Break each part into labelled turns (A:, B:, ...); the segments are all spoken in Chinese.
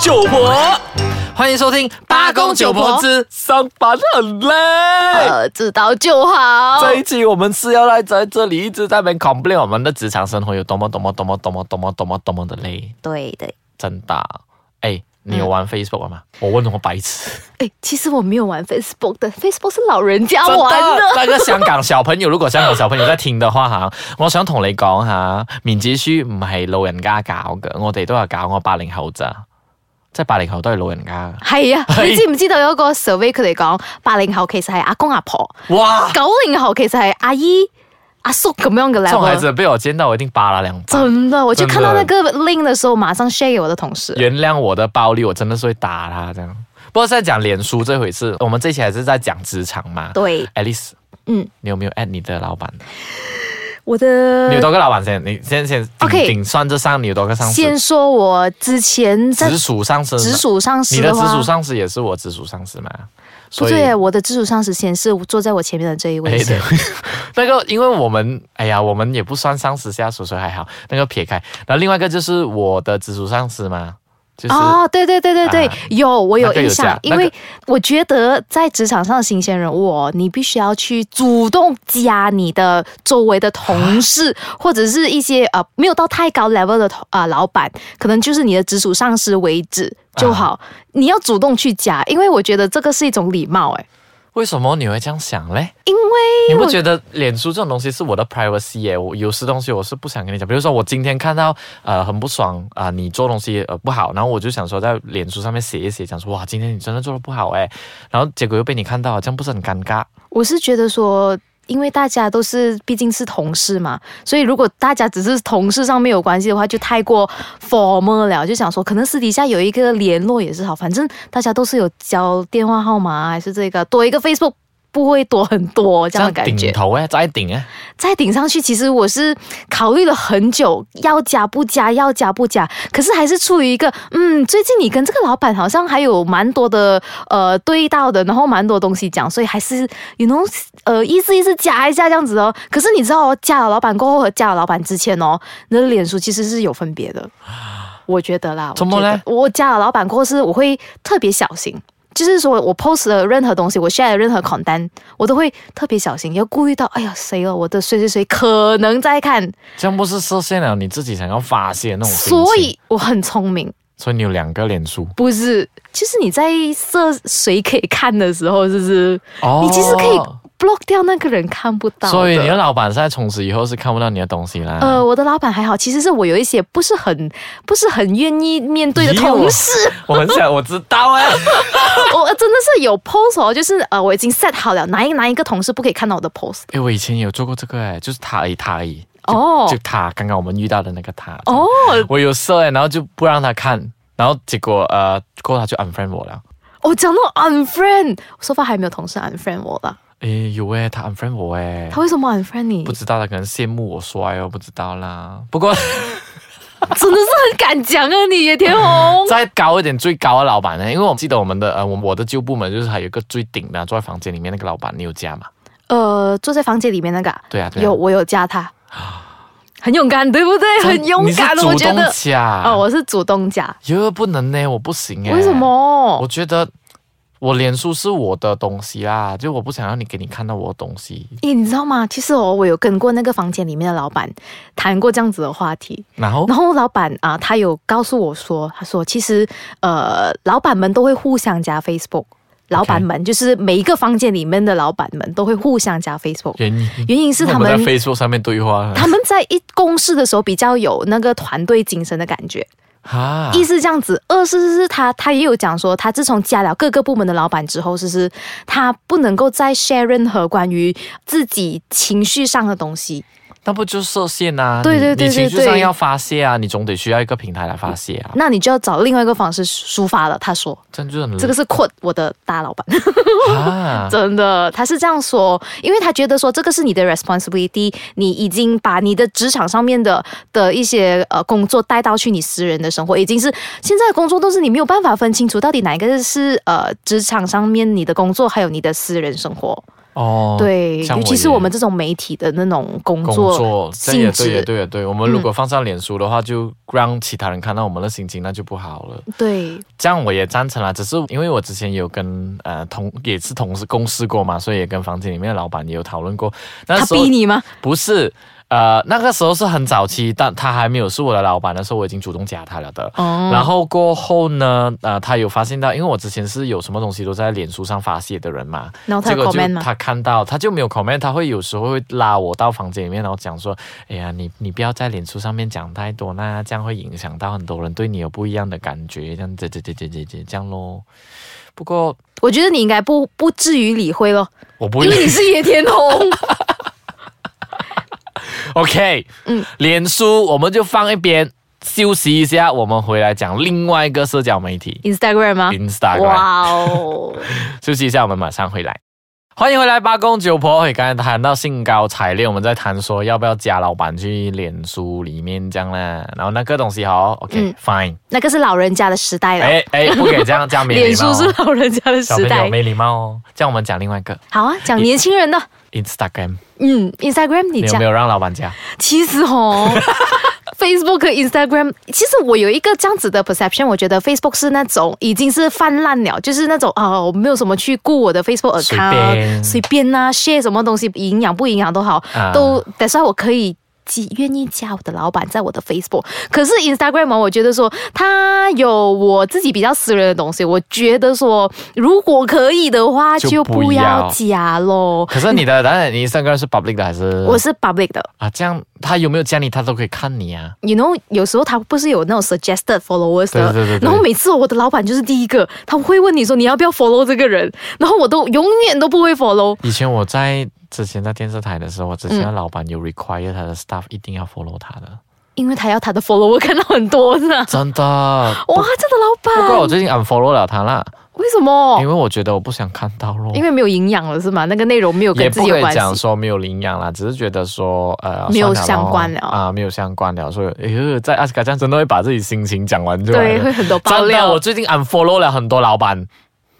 A: 九婆，
B: 欢迎收听《
C: 八公九婆
B: 之
A: 上班很累。
C: 呃，知道就好。
A: 这一期我们是要来在这里一直在那边 complain 我们的职场生活有多么多么多么多么多么多么多么的累，
C: 对的，
A: 真的。哎，你有玩 Facebook 吗？我问我白痴，
C: 哎，其实我没有玩 Facebook 的，Facebook 是老人家
A: 真
C: 玩的。
A: 那个香港小朋友，如果香港小朋友在聽嘅話吓， 我想同你講下，面子書唔係老人家搞嘅，我哋都係搞，我八零後咋，即係八零後都係老人家
C: 系啊，
A: 係
C: 你知唔知道有一個 survey 佢哋講，八零後其實係阿公阿婆，
A: 嘅。 哇！
C: 九零後其實係阿姨、阿叔咁樣嘅
A: 這種孩
C: level。
A: 子被我見到，我一定扒拉兩巴。
C: 真的，我就
A: 真的
C: 看到那個 link 的時候，馬上 share 給我的同事。
A: 原谅我的暴力，我真的是会打他这样。不过在讲脸书这回事，我们这期还是在讲职场嘛。
C: 對，
A: ，Alice，
C: 嗯，
A: 你有没有 at 你的老板？
C: 我
A: 你有
C: 的
A: 多个老板先？你先先
C: 呃 OK
A: 顶顶算这上，你有多个上司？
C: 先说，我之前在
A: 直属上司，
C: 直，屬上司
A: 你的直
C: 話
A: 属上司也是我直属上司嘛？
C: 不对，我的直属上司显示坐在我前面的这一位
A: 哎
C: 是
A: 对， 那个因为我们，哎呀，我们也不算上司下属，所以还好。那个撇开，然后另外一个就是我的直属上司嘛，就是、
C: 哦，对对对对对，
A: 啊
C: 有我有
A: 那个有
C: 印象
A: 加，
C: 因
A: 那
C: 为
A: 个
C: 我觉得在职场上的新鲜人物、哦，你必须要去主动加你的周围的 同事，或者是一些呃没有到太高 level 的同呃老板，可能就是你的直属上司为止就好。
A: 啊
C: 你要主动去加，因为我觉得这个是一种礼貌，哎，
A: 为什么你会这样想嘞？
C: 因为
A: 你不觉得脸书这种东西是我的 privacy 耶？我有些东西我是不想跟你讲，比如说我今天看到呃很不爽啊、你做东西呃不好，然后我就想说在脸书上面写一写，讲说哇今天你真的做的不好哎，然后结果又被你看到，这样不是很尴尬？
C: 我是觉得说，因为大家都是毕竟是同事嘛，所以如果大家只是同事上面有关系的话，就太过 formal 了，就想说可能私底下有一个联络也是好，反正大家都是有交电话号码啊还是这个多一个 Facebook。不会多很多这样的感
A: 顶
C: 觉，
A: 头哎，再顶哎，
C: 再顶上去，其实我是考虑了很久，要加不加，要加不加，可是还是处于一个，嗯，最近你跟这个老板好像还有蛮多的呃对到的，然后蛮多东西讲，所以还是 you know 呃意思意思加一下这样子哦。可是你知道哦，加了老板过后和加了老板之前哦，你的脸书其实是有分别的，我觉得啦。我
A: 啊怎么
C: 觉得
A: 嘞
C: 我加了老板过后是我会特别小心。就是说我 post 的任何东西，我 share 的任何 content，我都会特别小心，要顾虑到，哎呀，谁哦，我的谁谁谁可能在看，
A: 这样不是设限了你自己想要发泄那种心情
C: 所以我很聪明，
A: 所以你有两个脸书
C: 不是，就是你在设谁可以看的时候，就是
A: 哦
C: 你其实可以 block 掉那个人看不到的
A: 所以你的老板现在从此以后是看不到你的东西啦。
C: 呃，我的老板还好，其实是我有一些不是很不是很愿意面对的同事，
A: 我很想我知道 哎，
C: 我真的是有 post 哦，就是呃我已经 set 好了，哪一哪一个同事不可以看到我的 post
A: 哎，我以前有做过这个哎，就是他而已，他而已。
C: 哦
A: 就他刚刚我们遇到的那个他。
C: 哦，
A: 我有设欸，然后就不让他看，然后结果呃，过后他就 unfriend 我了。
C: 我讲到 unfriend，说法还没有同事 unfriend 我了，
A: 诶，有诶，他 unfriend 我诶，
C: 他为什么 unfriend 你
A: 嗯不？知道他可能羡慕我帅哦，不知道啦。不过
C: 真的是很敢讲啊你，野田 红。
A: 再高一点，最高的老板呢，因为我记得我们的呃，我我的旧部门就是还有一个最顶的，坐在房间里面那个老板，你有加吗？
C: 呃，坐在房间里面那个啊，
A: 对啊，对啊
C: 有 我有加他，很勇敢，对不对？很勇敢啊
A: 你，是
C: 我
A: 主
C: 觉
A: 动
C: 得。
A: 加
C: 哦，我是主动加，
A: 哟，不能呢，我不行哎。
C: 为什？么
A: 我？觉得我脸书是我的东西啦，就我不想让你给你看到我的东西。
C: 咦，你知道吗？其实哦，我有跟过那个房间里面的老板谈过这样子的话题，
A: 然后
C: 然后老板啊、他有告诉我说，他说其实呃，老板们都会互相加 Facebook，老板们就是每一个房间里面的老板们都会互相加 Facebook，
A: 原因
C: 原因是他
A: 我
C: 们
A: 在 Facebook 上面对话
C: 他们在一公事的时候比较有那个团队精神的感觉，
A: 啊
C: 一是这样子，二是是他他也有讲说，他自从加了各个部门的老板之后，就是他不能够再 share 任何关于自己情绪上的东西。
A: 那不就设限啊？
C: 对对
A: 你
C: 对
A: 你情
C: 对
A: 绪上
C: 对
A: 要发泄啊，你总得需要一个平台来发泄啊，
C: 那你就要找另外一个方式抒发了。他说，
A: 这样就很
C: 这个是 quote 我的大老板，。
A: 啊
C: 真的，他 是这样说，因为他觉得说这个是你的 responsibility，你已经把你的职场上面的的一些呃工作带到去你私人的生活，已经是现在的工作都是你没有办法分清楚到底哪一个是呃职场上面你的工作，还有你的私人生活。
A: 哦，
C: 对，
A: 像
C: 尤其
A: 也
C: 是我们这种媒体的那种工
A: 工
C: 作
A: 作，这
C: 性
A: 也对也
C: 质，嗯
A: 对也对。我们如果放上脸书的话，就让其他人看到我们的心情，那就不好了。
C: 对，
A: 这样我也赞成啦，只是因为我之前有跟呃同也是同事公司过嘛，所以也跟房间里面的老板也有讨论过。那
C: 他
A: 时候
C: 逼你吗？
A: 不是，呃，那个时候是很早期，但他还没有是我的老板的时候，我已经主动加他了的。
C: 哦，
A: 然后过后呢，呃，他有发现到，因为我之前是有什么东西都在脸书上发泄的人嘛，
C: 然后他
A: 结
C: 有
A: 果就
C: comment 吗？
A: 他看到，他就没有 comment，他会有时候会拉我到房间里面，然后讲说，哎呀，你你不要在脸书上面讲太多，那这样会影响到很多人对你有不一样的感觉，这样这这这这这这这样咯。不过
C: 我觉得你应该不不至于理会咯，
A: 我不
C: 因为
A: 会
C: 你 是野 田红。
A: ，OK，
C: 嗯
A: 嗯，脸书我们就放一边休息一下，我们回来讲另外一个社交媒体
C: Instagram 吗？
A: Instagram，
C: 哇哦，
A: 休息一下，我们马上回来。欢迎回来，八公九婆。刚才谈到兴高采烈，我们在谈说要不要加老板去脸书里面这样啦。然后那个东西好
C: 嗯
A: ，OK，fine、
C: 那个是老人家的时代了。
A: 哎哎，不可以这样，这样没
C: 脸
A: 礼貌、
C: 书是
A: 哦。
C: 老人家的
A: 小
C: 时
A: 朋
C: 代
A: 友。没礼貌哦。这样我们讲另外一个
C: 好啊，讲年轻人的，
A: Instagram，
C: 嗯，Instagram 你
A: 你有
C: 讲
A: 没。有让老板加？
C: 其实 哦，Facebook、和 Instagram，其实我有一个这样子的 perception，我觉得 Facebook 是那种已经是泛滥了，就是那种啊，我没有什么去顾我的 Facebook
A: 随
C: account，
A: 便
C: 随便呐、share 什么东西，营养不营养都好，
A: 啊
C: 都，但是我可以。既愿意加我的老板在我的 Facebook，可是 Instagram 哦我觉得说它有我自己比较私人的东西，我觉得说如果可以的话就
A: 就不
C: 不要
A: 要
C: 加咯。
A: 可是你的，当然你 Instagram 是 public 的还是？
C: 我是 public 的，
A: 啊，这样他有没有加你，他都可以看你啊。
C: you know，有时候他不是有那种 suggested followers
A: 对
C: 的，
A: 对对对
C: 然后每次我的老板就是第一个，他会问你说你要不要 follow 这个人，然后我都永远都不会 follow。
A: 以前我在之前在电视台的时候，
C: 嗯
A: 我之前的老板有 require 他的 staff 一定要 follow 他的，
C: 因为他要他的 follower 看到很多是吧？
A: 真的。
C: 哇，这个
A: 不
C: 老
A: 过
C: 板
A: 我最近 unfollow 了他啦，
C: 为什么
A: 因？为我觉得我不想看到咯。
C: 哦因为没有营养了是吗？那个内容没有
A: 也
C: 跟自
A: 不
C: 己有
A: 可
C: 关
A: 以讲
C: 系。
A: 说没有领养啦，只是觉得说呃
C: 没有
A: 算
C: 相关了
A: 咯啊，没有相关了，所以哎呦，在阿斯卡这样真的会把自己心情讲完出来
C: 对，
A: 的
C: 会很多爆
A: 真的，
C: 料
A: 我。最近 unfollow 了很多老板。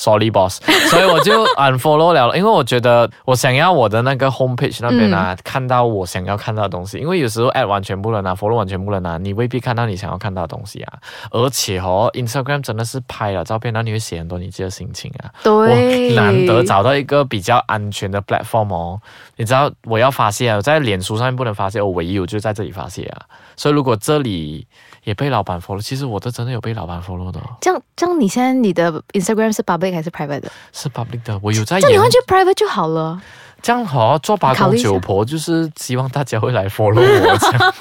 A: Sorry, boss，所以我就 unfollow 了，因为我觉得我想要我的那个 homepage 那边
C: 嗯
A: 啊，看到我想要看到的东西。因为有时候 at 完全部人啊，follow 完全部人啊，你未必看到你想要看到的东西啊。而且哦，Instagram 真的是拍了照片，然后你会写很多你自己的心情啊。
C: 对，
A: 我难得找到一个比较安全的 platform 哦。你知道我要发泄啊，我在脸书上面不能发泄，我唯一我就在这里发泄啊。所以如果这里也被老板 follow，其实我这真的有被老板 follow 的哦，
C: 这样，这样你现在你的 Instagram 是 public 还是 private 的？
A: 是 public 的，我有在
C: 这样你
A: 研
C: 换去 private 就好了。
A: 这样好做八
C: 考
A: 公
C: 虑一下
A: 九婆，就是希望大家会来 follow 我这样。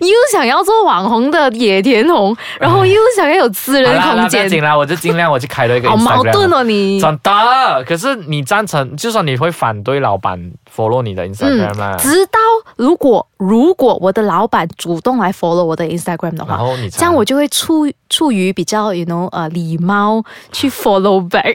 C: 你又想要做网红的野田红，然后又想要有私
A: 好
C: 人
A: 啦好啦，
C: 空
A: 不要
C: 间，
A: 紧啦，我就尽量我就开了一个
C: 好
A: Instagram。
C: 矛盾哦你。
A: 真的，可是你赞成，就算你会反对老板 follow 你的 Instagram 啊啦、
C: 直到如果如果我的老板主动来 follow 我的 Instagram 的
A: 然
C: 话，
A: 后你才
C: 这样我就会处处于比较 you know 呃礼貌去 follow back。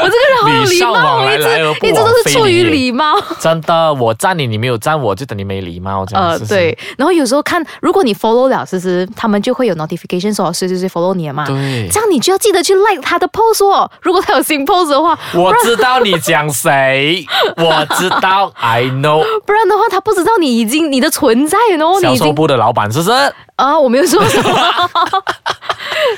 C: 我这个人好有
A: 礼
C: 礼
A: 尚
C: 貌，
A: 往
C: 我
A: 来
C: 一
A: 来
C: 直
A: 而不
C: 一直都
A: 往
C: 是
A: 非
C: 处于
A: 礼也
C: 礼貌。
A: 真的，我赞你，你没有赞我，就等于没礼貌这样。
C: 呃
A: 是，不是
C: 对，然后有时候看，如果你 follow 了，其实他们就会有哦 notification 说谁谁谁 follow 你了嘛。
A: 对
C: 这，样你就要记得去 like 他的 post 哦。如果他有新 post 的话，
A: 我知道你讲谁，我知道，I know，
C: 不然的话他不知道你已经你的存在，然后哦你
A: 销
C: 已
A: 售
C: 经
A: 部的老板是不是？
C: 啊，我没有 说什么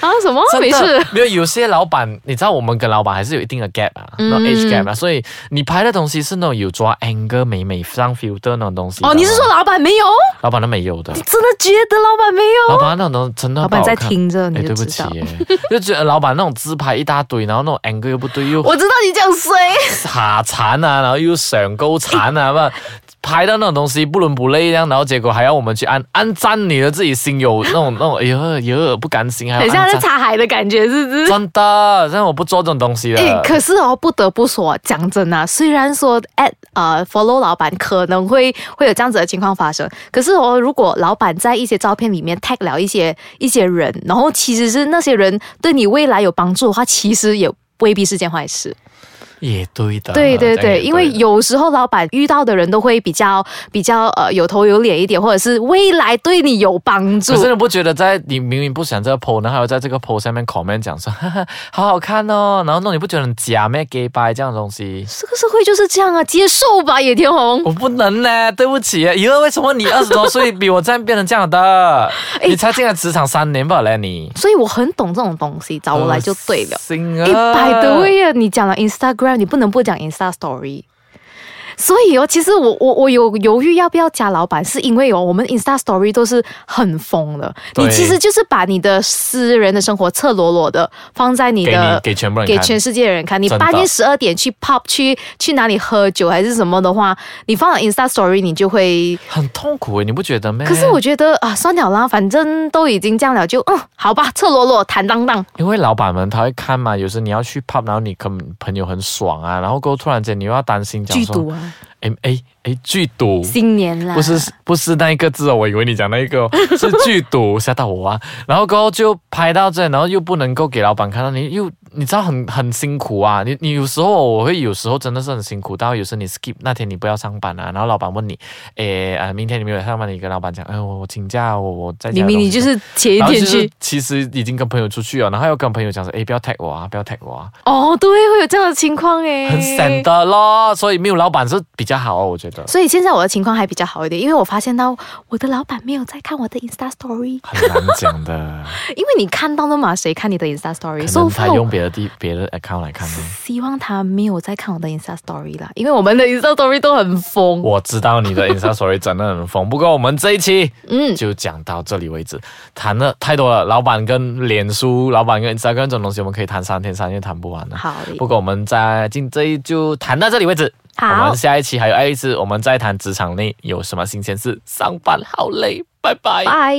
C: 啊，什么
A: 真
C: 没
A: 的
C: 事，
A: 没有有些老板，你知道我们跟老板还是有一定的 gap 啊，
C: 嗯
A: 那种 age gap 啊，所以你拍的东西是那种有抓 angle 美美上 filter 那种东西。
C: 哦，你是说老板没有？
A: 老板都没有的
C: 你？真的觉得老板没有？
A: 老板那种东西真的
C: 老
A: 不
C: 板
A: 好
C: 在
A: 看。
C: 听着，
A: 哎，
C: 你
A: 对
C: 就
A: 不
C: 知
A: 起
C: 道。
A: 耶，就觉得老板那种自拍一大堆，然后那种 angle 又不对，又
C: 我知道你讲谁，
A: 下残啊，然后又上钩残 啊，嘛、拍到那种东西不伦不类这样，然后结果还要我们去按按赞，你的自己心有那种那种，哎呦哎呦不甘心，还
C: 很
A: 要
C: 像
A: 按
C: 在
A: 赞。
C: 擦海的感觉，是不是？
A: 真的，现在我不做这种东西了。
C: 哎，可是哦，不得不说，讲真啊，虽然说 at 呃 follow 老板可能会会有这样子的情况发生，可是哦，如果老板在一些照片里面 tag 了一些一些人，然后其实是那些人对你未来有帮助的话，其实也未必是件坏事。
A: 也对的，
C: 对对
A: 啊这样也
C: 对，因为
A: 的
C: 有时候老板遇到的人都会比较比较呃有头有脸一点，或者是未来对你有帮助
A: 可。是你不觉得在你明明不想这个 PO，然后还要在这个 PO 下面 comment 讲说 哈哈好好看哦，然后那你不觉得很假咩？gay 拜这样的东西，
C: 这个社会就是这样啊，接受吧，野天红。
A: 我不能呢，对不起，以后为什么你二十多岁比我这样变成这样的？ 你才进来职场三年吧嘞你，
C: 所以我很懂这种东西，找我来就对了。
A: 呃行啊，
C: 一百的位啊，你讲了 Instagram，你不能不讲 Insta Story。所以哦，其实我我我有犹豫要不要加老板，是因为哦，我们 Insta Story 都是很疯的，
A: 对
C: 你其实就是把你的私人的生活赤裸裸的放在你
A: 给你
C: 的
A: 给全部人
C: 给
A: 看
C: 全世界的人看。你
A: 真的
C: 半夜十二点去 pub 去去哪里喝酒还是什么的话，你放了 Insta Story，你就会。
A: 很痛苦欸诶，你不觉得咩？
C: 可是我觉得啊，算了啦，反正都已经这样了，就嗯，好吧，赤裸裸、坦荡荡。
A: 因为老板们他会看嘛，有时你要去 pub，然后你跟朋友很爽啊，然后过后突然间你又要担心讲
C: 剧
A: 说
C: 毒，啊，
A: 哎哎哎，剧毒。
C: 新年啦，
A: 不是不是那一个字哦，我以为你讲那一 个、哦、是剧毒，吓到我啊！然后过后就拍到这，然后又不能够给老板看到你，又你知道很很辛苦啊！你你有时候我会有时候真的是很辛苦，到有时候你 skip 那天你不要上班啊，然后老板问你，诶啊、明天你没有上班，你跟老板讲，哎我我请假，我我在家
C: 明明你就是前一
A: 然后
C: 天
A: 就是
C: 去
A: 其实已经跟朋友出去了，然后又跟朋友讲说，哎不要 tag 我啊，不要 tag 我啊，
C: 哦，对，会有这样的情况哎，
A: 很省。的咯，所以没有老板是比较好哦，我觉 得。
C: 所以现在我的情况还比较好一点，因为我发现到我的老板没有在看我的 Insta Story，
A: 很难讲的，
C: 因为你看到了嘛，谁看你的 Insta
A: 可
C: Story？
A: 能
C: 所
A: 他
C: 以我
A: 用别的地别的 account 来看呢。
C: 希望他没有在看我的 Insta Story 啦，因为我们的 Insta Story 都很疯。
A: 我知道你的 Insta Story 真的很疯，不过我们这一期
C: 嗯，
A: 就讲到这里为止，谈了太多了，老板跟脸书、老板跟 Instagram 这种东西，我们可以谈三天三夜谈不完的。
C: 好的
A: 不过我们在今这一就谈到这里为止。我
C: 好
A: 们，下一期还有爱丽丝，我们再谈职场内有什么新鲜事，上班好累，拜拜。
C: 拜。